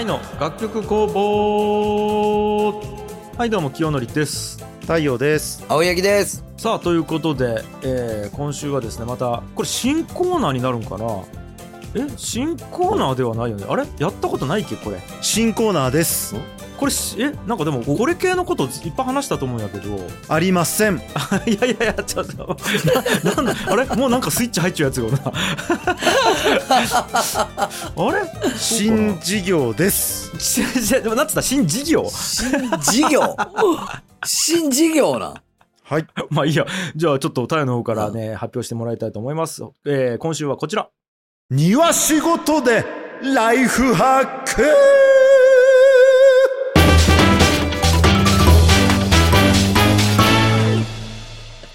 イの楽曲工房はいどうも清則です太陽です青柳ですさあということで、えー今週はですねまたこれ新コーナーになるんかなえ新コーナーではないよねあれやったことないっけこれ新コーナーですこれしえなんかでもこれ系のこといっぱい話したと思うんやけどありませんいやいやいやちょっと ななんだあれもうなんかスイッチ入っちゃうやつよな あれ 新事業ですししでもなんつった新事業新事 業新事業なはい まあいいやじゃあちょっと太陽の方からね、発表してもらいたいと思います、えー今週はこちら庭仕事でライフハック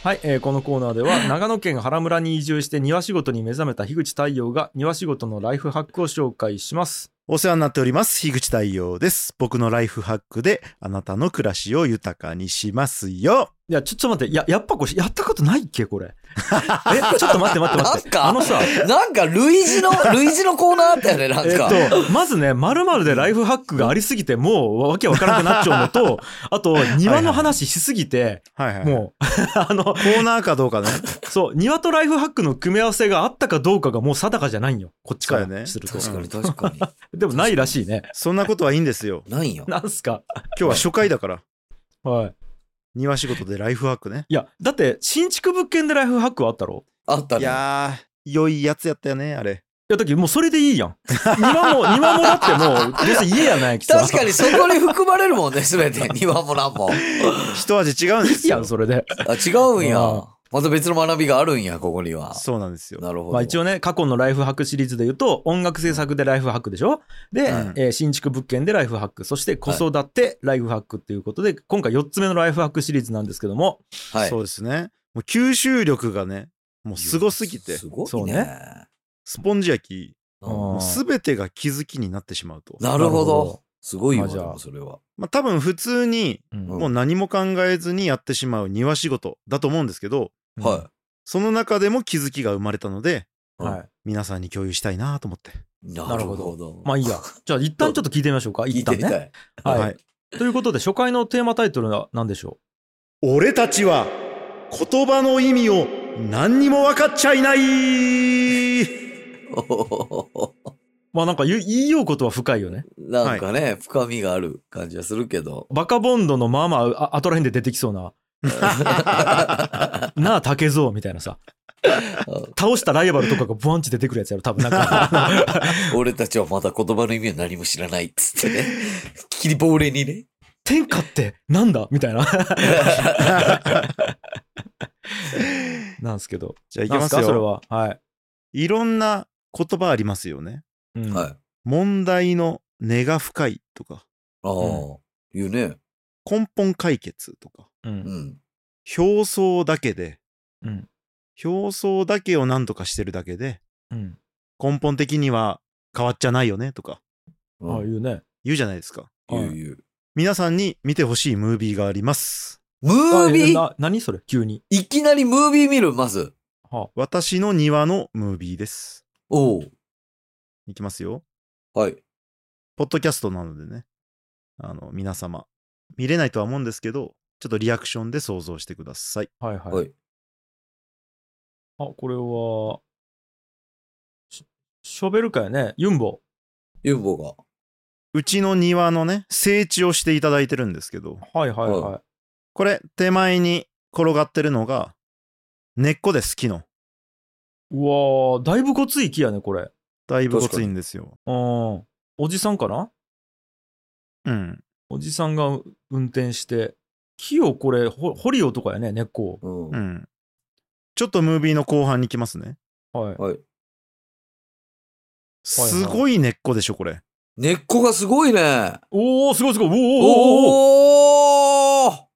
はい、えーこのコーナーでは 長野県原村に移住して庭仕事に目覚めた樋口太陽が庭仕事のライフハックを紹介しますお世話になっております樋口太陽です僕のライフハックであなたの暮らしを豊かにしますよいやちょちょっと待っていややっぱこれやったことないっけこれ えちょっと待って待って待っなんてかあのさなんか類似の類似のコーナーあったよねなんえっか、と、まずね、まるまるでライフハックがありすぎて、もうわけわからなくなっちゃうのと、あと、庭の話しすぎて、はいはいもう、 あの、コーナーかどうかねそう、庭とライフハックの組み合わせがあったかどうかがもう定かじゃないんよ。こっちかそうやらねすると。確かに確かにでもないらしいね。そんなことはいいんですよないよなんすか。今日は初回だからはい。庭仕事でライフハックねいや、だって、新築物件でライフハックはあったろあったいねやー良いやつやったよねあれいや、だけどもうそれでいいやん。庭も、 庭もだってもう、どうせ家やないき確かにそこに含まれるもんね 全て庭も何も一味違うんでいすいやよん、それで。あ違うんやうんまた別の学びがあるんやここにはそうなんですよなるほど、まあ一応ね、過去のライフハックシリーズで言うと、音楽制作でライフハックでしょで、うんえー新築物件でライフハック、そして子育てライフハックっていうことで、今回4つ目のライフハックシリーズなんですけども、はいそうですね。もう吸収力がね、もうすごすぎて、すごそういねねスポンジ焼き、うんうんすべてが気づきになってしまうと。ななるほるほどどすごいまよあじゃあでもそれはまあ多分普通に、うんもう何も考えずにやってしまう庭仕事だと思うんですけど、はその中でも気づきが生まれたので、いはい。皆さんに共有したいなと思って。いななるるほどほどまあいい や。じゃあ一旦ちょっと聞いてみましょうか。聞一い旦てみたね。い はい。 ということで、初回のテーマタイトルは何でしょ俺たちは言葉の意味を何にも分かっちゃいないうまあなんか言う言いようことは深いよね。なんかね、深みがある感じはするけど。バカボンドのまあまああ、後らへんで出てきそうな。 なあ、竹蔵みたいなさ。倒したライバルとかがブワンチ出てくるやつやろ、多分なんか。俺たちはまだ言葉の意味は何も知らないっつって ね。切り棒れにね。天下ってなんだみたいな。なんですけど。じゃあいきなんますかそれよ。は。はい。いろんな言葉ありますよね。うんはい。あ問題の根が深いとか、あ、言うね。根本解決とか、ううんん。表層だけで、うん表層だけを何とかしてるだけで、うん根本的には変わっちゃないよねとかああ、うん言うね。言うじゃないですか。言う言う。皆さんに見てほしいムービーがあります。ムービーな何それ急に。いきなりムービー見る、まず。は私の庭のムービーです。おう。いきますよ。はい。ポッドキャストなのでね、あの、皆様、見れないとは思うんですけど、ちょっとリアクションで想像してください。あはいはい。はい。あ、これは、しショベルカーやね。ユンボ。ユンボが。うちの庭のね、整地をしていただいてるんですけど、はいはいはこれ、手前に転がってるのが、根っこです、木の。い。うわー、だいぶごつい木やね、これ。だいぶごついんですよ。うん。おじさんかなうん。おじさんが運転して。木をこれ、ほ掘りよとかやね、根っこうん。うはい。ん。ちょっとムービーの後半に来ますね。を。はい。すごい根っこでしょ、これ。根っこがすごいね。おー、すごいすごい。おーおーおーおーおー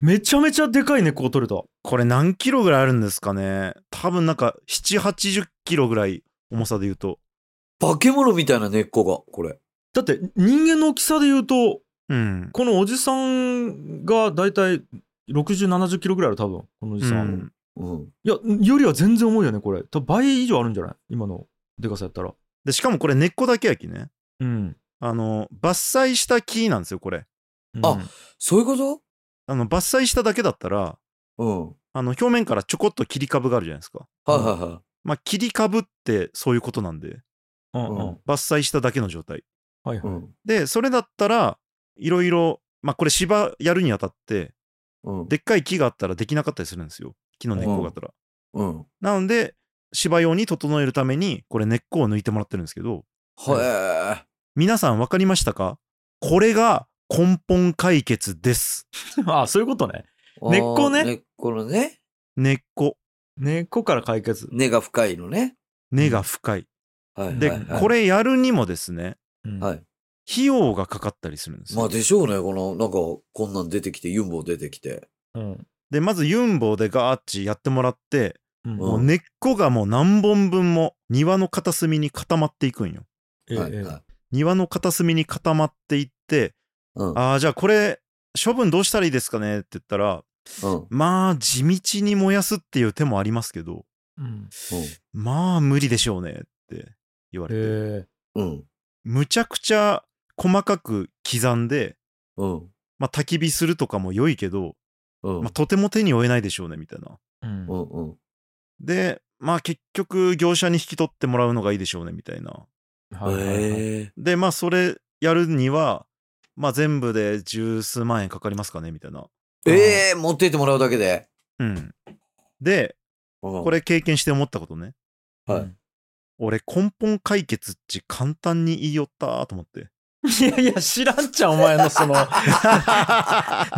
めちゃめちゃでかい根っこを取れた。これ何キロぐらいあるんですかね。多分なんか、7、80キロぐらい重さで言うと。化け物みたいな根っこが、これ。だって人間の大きさで言うと、うん。このおじさんがだいたい60、70キロぐらいある、多分。このおじうさん。ん、うん。いや、よりは全然重いよね、これ。多分倍以上あるんじゃない今のでかさやったら。でしかもこれ根っこだけやきねうん。あの、伐採した木なんですよ、これ。うんあそういうことあの、伐採しただけだったら、うん。あの、表面からちょこっと切り株があるじゃないですか。はいはいはまあ、切り株ってそういうことなんで、うんうんう伐採しただけの状態。はいはいい。うん。で、それだったら、いろいろ、まあ、これ芝やるにあたって、うん。でっかい木があったらできなかったりするんですよ。木の根っこがあったら。うん。なので、芝用に整えるために、これ根っこを抜いてもらってるんですけど、は皆さん分かりましたかこれが根本解決です。 あそういうことねえ。根っこねあー根っこのね。根っこ、根っこから解決根が深いのね。根が深い。はいはいで、はい。これやるにもですね、うんはい。費用がかかったりするんですよまあでしょうね。この、なんか、こんなん出てきて、ユンボ出てきて。うんで、まずユンボでガーッチやってもらって、うんもう根っこがもう何本分も庭の片隅に固まっていくんよ。ええはいええはい。庭の片隅に固まっていって、うん。ああ、じゃあこれ、処分どうしたらいいですかねって言ったら、うん。うんまあ、地道に燃やすっていう手もありますけど、うんまあ、無理でしょうねって言われて、ええうん。むちゃくちゃ細かく刻んで、うん。まあ、焚き火するとかも良いけど、うん。まあ、とても手に負えないでしょうね、みたいな。うんうん。うん。で、まあ、結局、業者に引き取ってもらうのがいいでしょうね、みたいな。はいはいはいええ。で、まあ、それやるには、まあ、全部で十数万円かかりますかね、みたいな。ええ、持ってってもらうだけで。うん。で、ここ。れ経験して思ったことね。はいうん俺、根本解決っち簡単に言いよったと思って。 いやいや知らんちゃんお前の その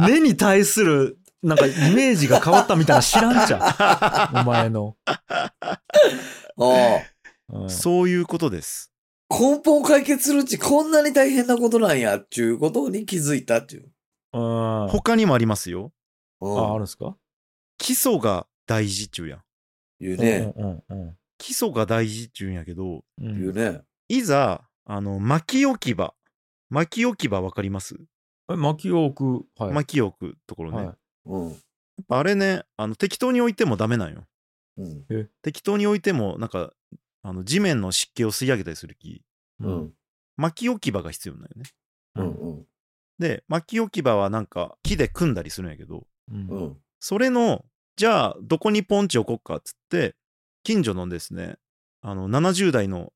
根に対するなんかイメージが変わったみたいな知らんちゃ んお前の、ああ。うんそういうことです。根本解決するうち、こんなに大変なことなんや、っていうことに気づいたっていう。うんあ他にもありますよ。うんあるんですか基礎が大事っちゅうやん。言うね。うんうん基礎が大事っちゅうんやけど、うんうん言うね。いざ、あの、巻き置き場。巻き置き場わかります、え薪を置くはい、巻き置くところね。はいやっうん。ぱあれね、あの、適当に置いてもダメなんよ。うん。適当に置いても、なんか、あの、地面の湿気を吸い上げたりするき、う、ん。巻き置き場が必要なんよね。うん。うん。で、巻き置き場はなんか木で組んだりするんやけど、うんうん。それの、じゃあどこにポンチ置こっかっつって、近所のですね、あの、70代の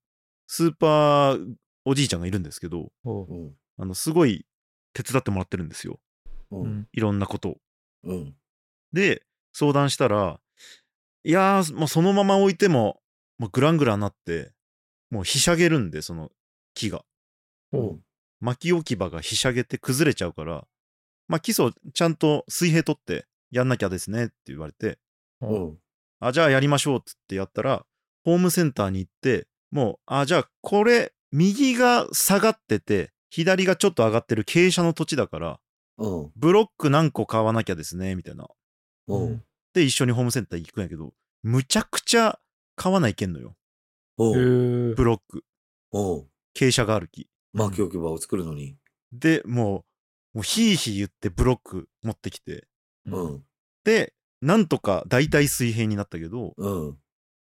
スーパーおじいちゃんがいるんですけど、ほうん。あの、すごい手伝ってもらってるんですよ。う。ううんんいろんなことを。うん。で、相談したら、いやー、もうそのまま置いても、もうグラングランなって、もうひしゃげるんで、その木が。ほ巻き置き場がひしゃげて崩れちゃうから、まあ、基礎ちゃんと水平取ってやんなきゃですねって言われて、うう。ほうんあ、じゃあやりましょうっつってやったら、ホームセンターに行って、もう、あ、じゃあこれ、右が下がってて、左がちょっと上がってる傾斜の土地だから、うん。ブロック何個買わなきゃですね、みたいな。うん。で、一緒にホームセンター行くんやけど、むちゃくちゃ買わないけんのよ。へうん。ーブロック、うん。傾斜があるき。巻き置き場を作るのに。で、もう、もうヒーヒー言ってブロック持ってきて、うん。で、なんとか大体水平になったけど、うん。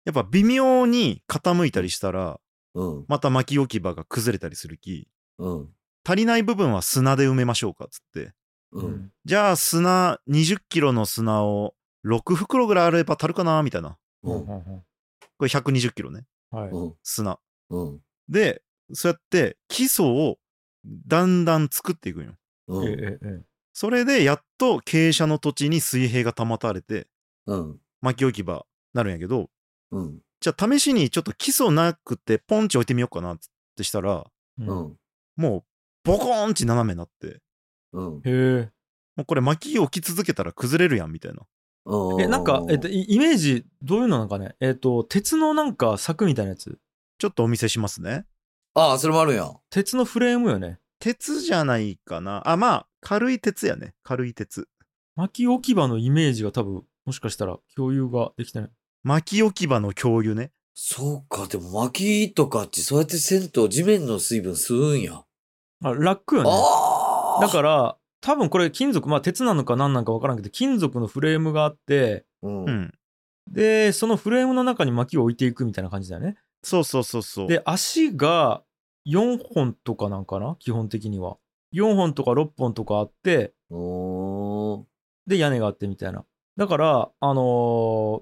やっぱ微妙に傾いたりしたら、うん。また巻き置き場が崩れたりするき、うん。足りない部分は砂で埋めましょうかっつって、うん。じゃあ砂、20キロの砂を6袋ぐらいあれば足るかなみたいな。ううんん。これ120キロね、はいうん。砂。うん。で、そうやって基礎をだんだん作っていくんよ。うええん。えええそれでやっと傾斜の土地に水平が保たれてうん。巻き置き場なるんやけど、うん。じゃあ試しにちょっと基礎なくてポンチ置いてみようかなってしたら、えうん。もうボコーンチ斜めになって、うん。へえもうこれ巻き置き続けたら崩れるやんみたいな。えなんか、えっと、イイメージどういうのなんかねえっ、と鉄のなんか柵みたいなやつちょっとお見せしますね。ああ、それもあるやん。鉄のフレームよね鉄じゃないかな。あ、まあ、軽い鉄やね。軽い鉄。薪置き場のイメージが多分もしかしたら共有ができてない巻き置き場の共有ね。そうか、でも薪とかって、そうやって銭湯地面の水分吸うんや。あラックよねああだから多分これ金属まあ鉄なのか何なのか分からんけど金属のフレームがあってうん。ううん。ん。でそのフレームの中に薪を置いていくみたいな感じだよねそうそうそうそう。で足が4本とかなんかな基本的には。4本とか6本とかあって、おー。で、屋根があってみたいな。だから、あの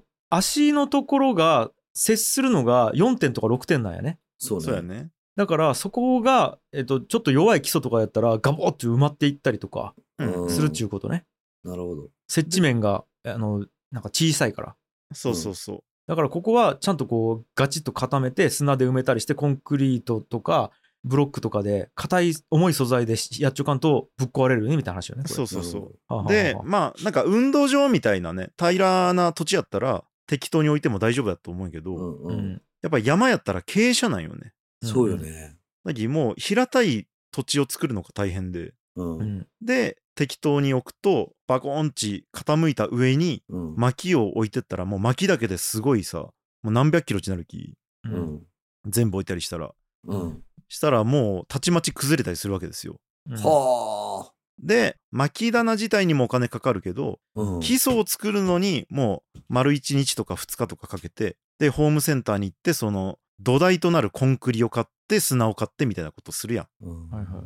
ー足のところが接するのが4点とか6点なんやね。そうね。そうやね。だから、そこが、えっと、ちょっと弱い基礎とかやったら、ガボって埋まっていったりとかうんうんするっちゅうことね。なるほど。接地面が、あの、なんか小さいから。そうそうそう。だからここはちゃんとこうガチッと固めて砂で埋めたりしてコンクリートとかブロックとかで硬い重い素材でやっちょかんとぶっ壊れるよねみたいな話よね。これそうそうそう。はあはあはあで、まあ、なんか運動場みたいなね、平らな土地やったら、適当に置いても大丈夫だと思うんやけど、うやんう。うんんっぱ山やったら傾斜なんよね。そうよね。だきもう平たい土地を作るのが大変で、うん。ううんんで、適当に置くと、バコーンチ傾いた上に、うん。薪を置いてったら、もう薪だけですごいさ、もう何百キロ地なる木、ううんん。全部置いたりしたら、うん。したらもうたちまち崩れたりするわけですよ。うんはで、薪棚自体にもお金かかるけど、あ。うん。基礎を作るのにもう丸1日とか2日とかかけてでホームセンターに行ってその土台となるコンクリを買って砂を買ってみたいなことするやんうんはいはい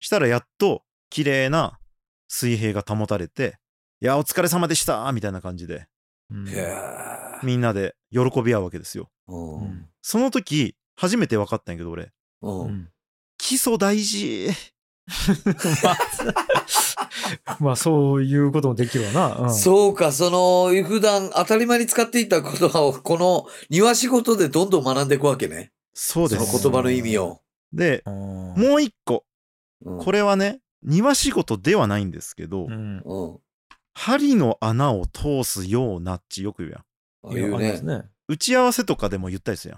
したらやっと綺麗な水平が保たれて「いやお疲れ様でした」みたいな感じでうんへえ。みんなで喜び合うわけですよううんん。その時初めて分かったんやけど俺う。うんん基礎大事まあそういうこともできるわな。うんそうか、その、普段当たり前に使っていた言葉を、この庭仕事でどんどん学んでいくわけね。そうそでのす言葉の意味を。でうんもう一個ここれ。れはね庭仕事ではないんですけど、うんうん。針の穴を通すようなっちよく言うやんあ言ういやありまねす。ね。打ち合わせとかでも言ったりする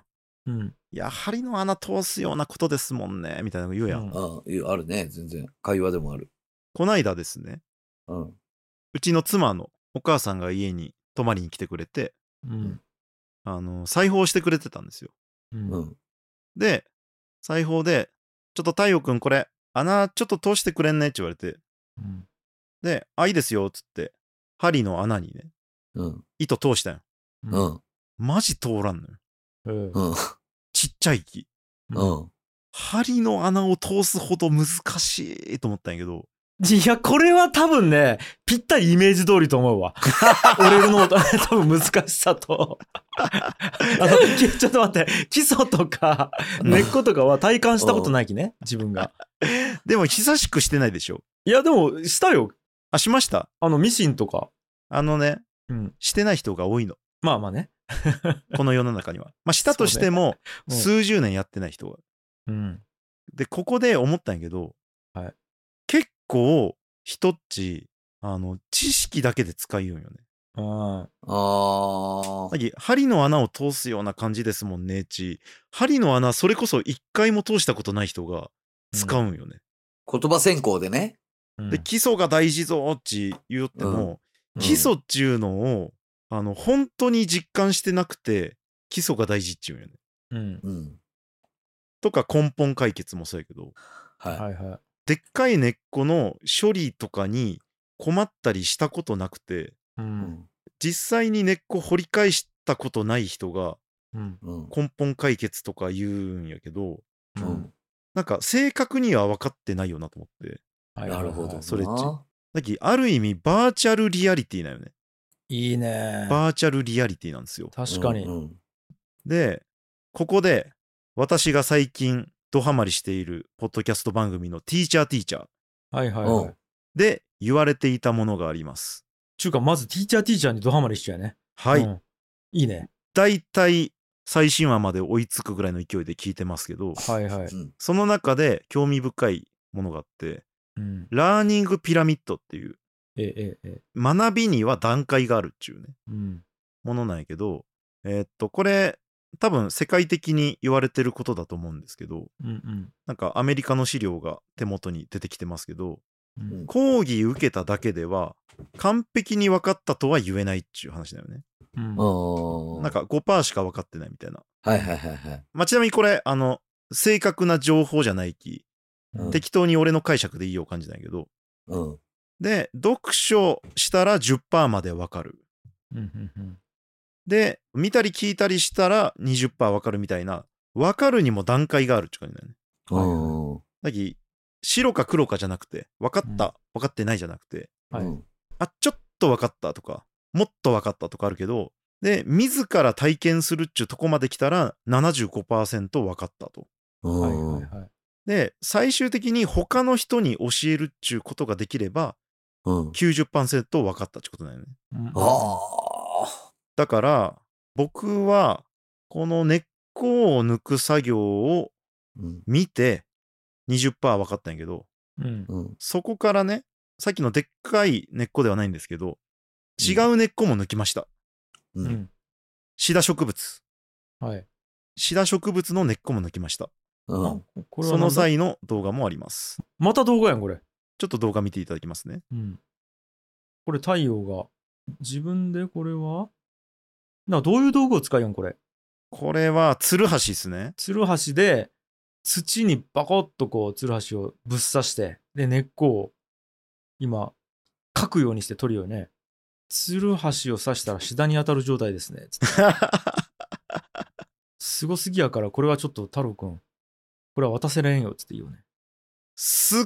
やん。うんいや、針の穴通すようなことですもんね、みたいなの言うやうん。んああ、いうあるね。全然。会話でもある。こないだですね、うん。うちの妻のお母さんが家に泊まりに来てくれて、うんあの、裁縫してくれてたんですよ。うんうん。で、裁縫で、ちょっと太陽くんこれ、穴ちょっと通してくれんねって言われて、うんで、あ、いいですよ、っつって、針の穴にね、うん。糸通したんよ。ううんん。マジ通らんのよ。うんうん。ちっちゃい木。うん。針の穴を通すほど難しいと思ったんやけど、いや、これは多分ね、ぴったりイメージ通りと思うわ。 俺の 多分難しさと。あのきちょっと待って、基礎とかうん根っことかは体感したことないきね、自分が。でも久しくしてないでしょ。いや、でも、したよ。あ、しましたあの、ミシンとか。あのね、うん。してない人が多いの。まあまあね。この世の中には。まあ、したとしても、うん数十年やってない人が。うん。で、ここで思ったんやけど、はい結構、人っち、あの、知識だけで使いよんよね。ああさっき、針の穴を通すような感じですもんね、ち。針の穴、それこそ一回も通したことない人が使うんよね。あ。言葉選考でね。あ。で、基礎が大事ぞ、ち言っても、うん基礎っちゅうのを、あの、本当に実感してなくて、基礎が大事っちゅうんよね。うん。うん。とか根本解決もそうやけど、ははいはでっかい根っこの処理とかに困ったりしたことなくてい。う。い。うんん。実際に根っこ掘り返したことない人がうん。うん。根本解決とか言うんやけどううんん。なんか正確には分かってないよなと思ってはいはいなはいるほど。それっちなさっきある意味バーチャルリアリティなよねいいね。バーチャルリアリティなんですよ確かに。ううんん。うんでここで私が最近ドハマりしているポッドキャスト番組の「ティーチャーティーチャーはいはいはういん。で言われていたものがありますちゅうか、まず、ティーチャーティーチャーにドハマりしちゃうね。はい、うん。いいね。大体最新話まで追いつくぐらいの勢いで聞いてますけどはいはい。うんその中で興味深いものがあってうん。ラーニングピラミッドっていうええええ。学びには段階があるっちゅうねうん。ものなんやけどえーっとこれ多分世界的に言われてることだと思うんですけどうんなんかアメリカの資料が手元に出てきてますけどうん。うん講義受けただけでは完璧に分かったとは言えないっちゅう話だよねうんうんなんか5%しか分かってないみたいなはいはいはいはい。まあ、ちなみにこれ、あの、正確な情報じゃないき、うん適当に俺の解釈でいいよう感じなんやけど、うん。で、読書したら10%までわかる。うんうんで、見たり聞いたりしたら20%わかるみたいな、わかるにも段階があるって感じだよね。うんうんさっき、白か黒かじゃなくて、分かった、分かってないじゃなくて、はいうんあ、ちょっと分かったとか、もっと分かったとかあるけど、で、自ら体験するっちゅうとこまで来たら75%分かったと。はいうんはいはいで、最終的に他の人に教えるっちゅうことができればうん90%分かったってことだよね。うんあだから、僕は、この根っこを抜く作業をー見て20%分かったんやけど、うんうんそこからね、さっきのでっかい根っこではないんですけど、違う根っこも抜きました。ううんんシダ植物。はいシダ植物の根っこも抜きました。うんうんこれはそなんだの際の動画もあります。また動画やんこれ、ちょっと動画見ていただきますね。うん、これ太陽が自分でこれはなどういう道具を使いよんこれこれは、ツルハシですね。つるはしで土にバコッとこうつるはしをぶっ刺してで根っこを今書くようにして取るよねつるはしを刺したらシダに当たる状態ですねつってすごすぎやからこれはちょっと太郎くんこれは渡せれんよっつって言うよねすっ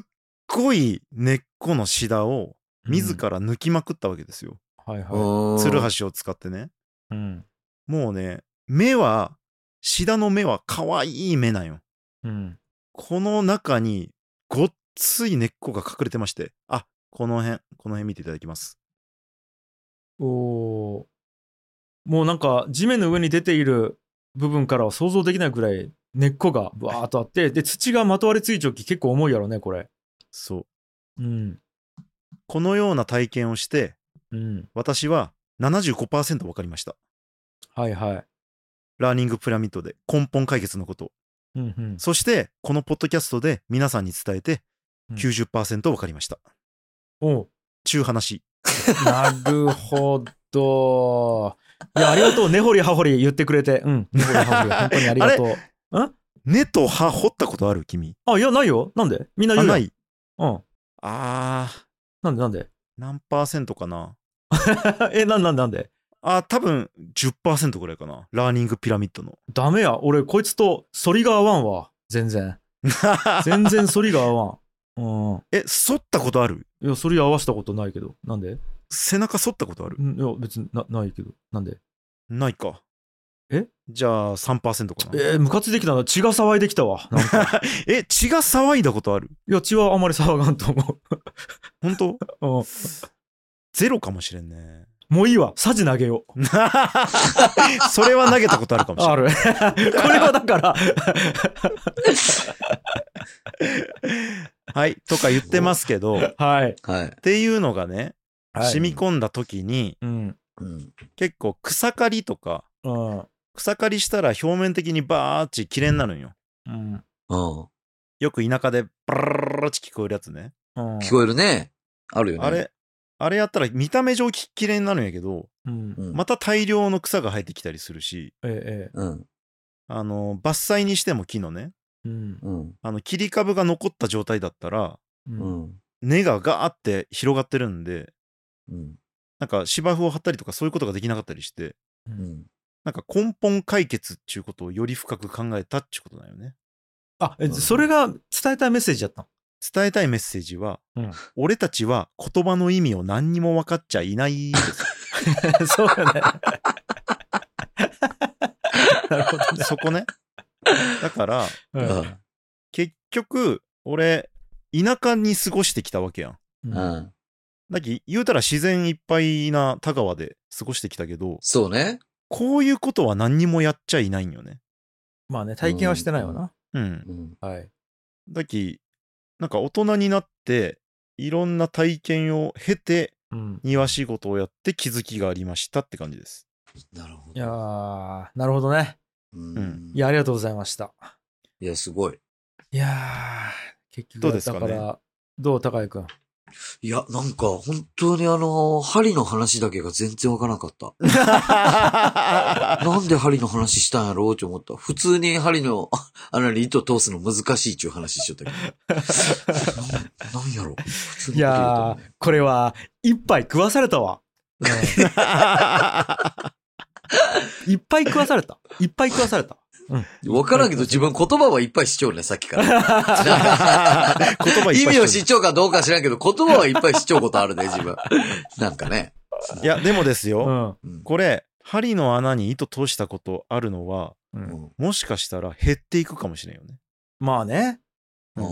ごい根っこのシダを自うんら抜きまくったわけですよ。はいはうんツルハシを使ってね。い、うんもうね、目は、シダの目は可愛い目なんよ。うん、この中にごっつい根っこが隠れてまして、あこの辺、この辺見ていただきます。おーもうなんか地面の上に出ている部分からは想像できないぐらい根っこがぶわーっとあってで土がまとわりついちょき結構重いやろねこれそう。うんこのような体験をして、うん私は75%分かりました。はいはいラーニングピラミッドで根本解決のこと。うんうんそして、このポッドキャストで皆さんに伝えてうん90%分かりました。おうちゅう話。なるほど いやありがとう根掘り葉掘り言ってくれてうん根掘り葉掘り本当に ありがとう根と葉掘ったことある君。あいやないよなんでみんなあ、言うやなんい。うんあなー、んでなんで 何パーセントかな。えなんなんなんであ、多分10%ぐらいかな。ラーニングピラミ ッドの。ダメや俺こいつと反りが合わんわ全然全然反りが合わんうん え、剃ったことあるいや、それ合わせたことないけど。なんで背中反ったことあるうんいや、別になないけど。なんでないか。えじゃあ3%かな。えー、ムカついてきたな。血が騒いできたわ。なん かえ、血が騒いだことあるいや、血はあまり騒がんと思本当 う。うん、ゼロかもしれ んね。もういいわ。サジ投げよう。それは投げたことあるかもしあれる。これはだから、ない。はい。とか言ってますけど、っはい。はいていうのがね、はい染み込んだ時に、うん。うん結構草刈りとか、うん。草刈りしたら表面的にバーッチ綺麗になるんよ。うん。うんよく田舎でバララララッチ聞こえるやつね。うん聞こえるねあるよねあれ、あれやったら見た目上き綺麗になるんやけど、うん。うんまた大量の草が生えてきたりするし、ええ、えうんあの伐採にしても木のねえ。うん。うんあの切り株が残った状態だったらう。うんん根がガーって広がってるんでうんなんか芝生を張ったりとかそういうことができなかったりしてうんなんか根本解決っちゅうことをより深く考えたっちゅうことだよねあ、えそれが伝えたいメッセージやったの伝えたいメッセージは、うん俺たちは言葉の意味を何にも分かっちゃいないですそうよね。 なるほどね そこねだからうんう。結局俺田舎に過ごしてきたわけやんうんんうんだき言うたら自然いっぱいな田川で過ごしてきたけどそうねこういうことは何にもやっちゃいないんよね。まあね、体験はしてないわな。うん。うんはい。だき、なんか大人になって、いろんな体験を経て、うん。庭仕事をやって気づきがありましたって感 じです。なるほいどやー、なるほどね。うんいや、ありがとうございました。いやすごいいやー、結局、どうですかだねから、どう、高井くん。いや、なんか、本当にあの、針の話だけが全然わからなかった。なんで針の話したんやろうって思った。普通に針のあ穴に糸通すの難しいっていう話しちゃったけど。なんなんやろう普通いにできるとやー思う、これは、一杯食わされたわ。いっぱい食わされた。いっぱい食わされた。わからんけど自分言葉はいっぱいしちょうね、さっきから。言葉いっ意ぱい味を知しっっちょうかどうか知らんけど、言葉はいっぱいしちょうことあるね、自分。なんかね。いや、でもですうん。よ、うんこれ、針の穴に糸通したことあるのは、うんもしかしたら減っていくかもしれんよね。まあね、うん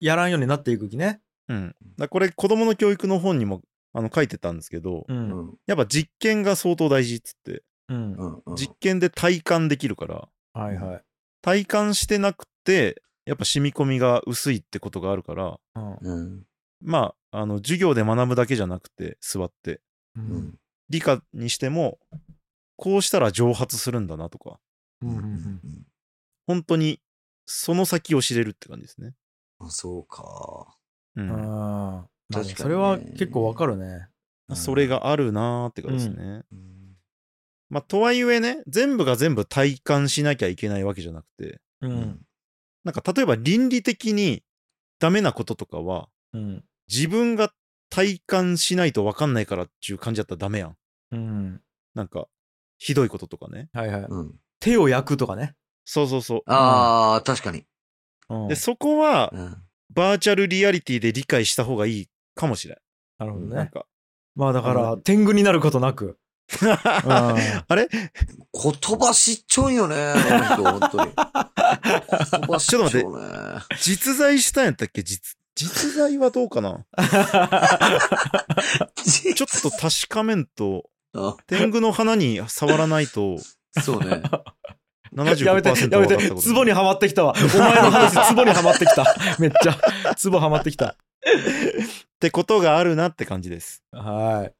やらんようになっていく気ね。うん。だからこれ、子供の教育の本にもあの書いてたんですけど、う。うんんやっぱ実験が相当大事っつって、うん。うんうん実験で体感できるから、はいはい。体感してなくて、やっぱ染み込みが薄いってことがあるから、うんうんまあ、あの、授業で学ぶだけじゃなくて、座って、ううんん理科にしても、こうしたら蒸発するんだなとか、うううんんうんん本当にその先を知れるって感じですね。あそうか。う。うんん。あ確かにねそれは結構わかるね。それがあるなーってことですね。うん。まあ、とはいえね、全部が全部体感しなきゃいけないわけじゃなくて、う。うんんなんか例えば倫理的にダメなこととかは、うん。自分が体感しないと分かんないからっていう感じだったらダメやん。うん。なんか、ひどいこととかね。はいはい。うん手を焼くとかね。そうそうそう。ああ、確かに。うんで、そこはう、んバーチャルリアリティで理解した方がいいかもしれん。なるほどなんね。か。まあだから、天狗になることなく。うん あれ言葉しっちょんよね、あの人、本当に。言葉しっちょんね。ちょ実在したんやったっけ実、実在はどうかなちょっと確かめんと、 あ天狗の花に触らない と、そうね。 75% やめて、やめ分かったて、ことツボにはまってきたわ。 お前の話、ツボにはまってきた。めっちゃ、ツボはまってきた。ってことがあるなって感じです。は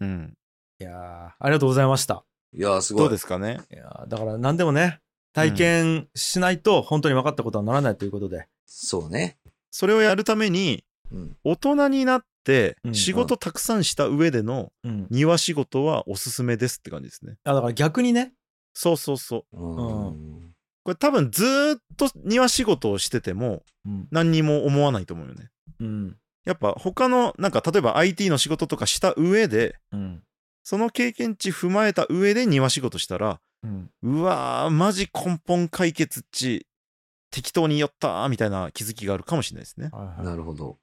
うん。い。いやーありがとうございました。いやー、すどごういで。すかねいやーだから何でもね、体験しないと本当に分かったことはならないということで。そうね。それをやるために、うん大人になってうん仕事たくさんした上でのうん。庭仕事はおすすめですって感じですね。あだから逆にね、そうそうそう。んうんこれ多分ずーっと庭仕事をしててもうん。何にも思わないと思うよね。うん。やっぱ他のなんか例えば IT の仕事とかした上でうん。その経験値踏まえた上で庭仕事したらうん。うわーマジ根本解決っち適当にやったーみたいな気づきがあるかもしれないですね。はいはいなるほど。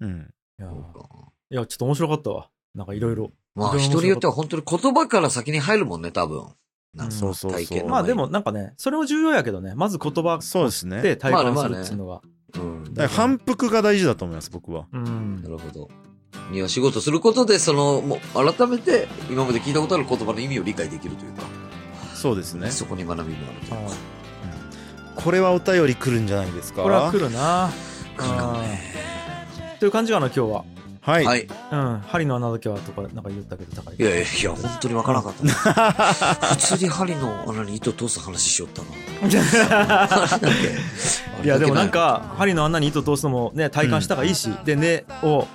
うん。いやーそうかいや、ちょっと面白かったわ。なんかいろいろ。ま非常に面白かっあ、た人によっては本当に言葉から先に入るもんね、多分。なんかそうそうそう体験のまあでもなんかね、それも重要やけどね、まず言葉そうですね。で体感すまあねまあるねっていうのが。うんだから反復が大事だと思います僕は。うんな。るほど。には仕事することで、その、もう、改めて、今まで聞いたことある言葉の意味を理解できるというか、そうですね。そこに学びもあるというはいこれはお便り来るんじゃないですか。これは来る な。か。なんかねという感じかな、今日は。はい。はい。うん。針の穴だけはとか、なんか言ったけど、高い。いやいやいや、本当にわからなかったな。 普通に針の穴に糸通す話しよったな。 いやでもなんあか針の穴に糸通すのもね体感した方がいいし、で根を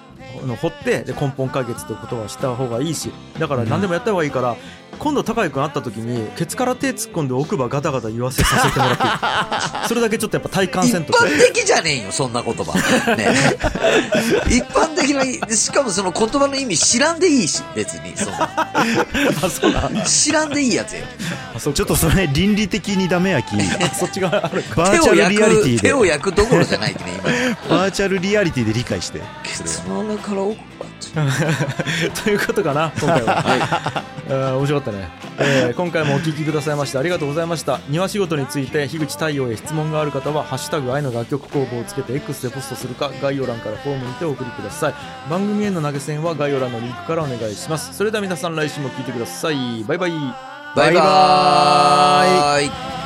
あの掘ってで根本解決ってことはした方がいいしだから何でもやった方がいいから、今度高井君会った時にケツから手突っ込んで奥歯ガタガタ言わせさせてもらっていい それだけちょっとやっぱ体れ感だけせなんいと一般的じゃねえよ、そんな 言葉。ね、一般的な、しかもその言葉の意味知らんでいいし、別に。そんな あそうだ知らんでいいやつよ。あそちょっとそれ倫理的にダメやき。あそっちがあるかバ手ーチャをル焼リアリティく、で手を焼くどころじゃないってね、今。 バーチャルリアリティで理解してケツの穴から奥まで ということかな今回は、 えー面白かったね、えー今回もお聞きくださいましてありがとうございました庭仕事について樋口太陽へ質問がある方は「ハッシュタグ愛の楽曲工房」をつけて X でポストするか概要欄からフォームにてお送りください番組への投げ銭は概要欄のリンクからお願いしますそれでは皆さん来週も聞いてくださいバイバイバイバーイ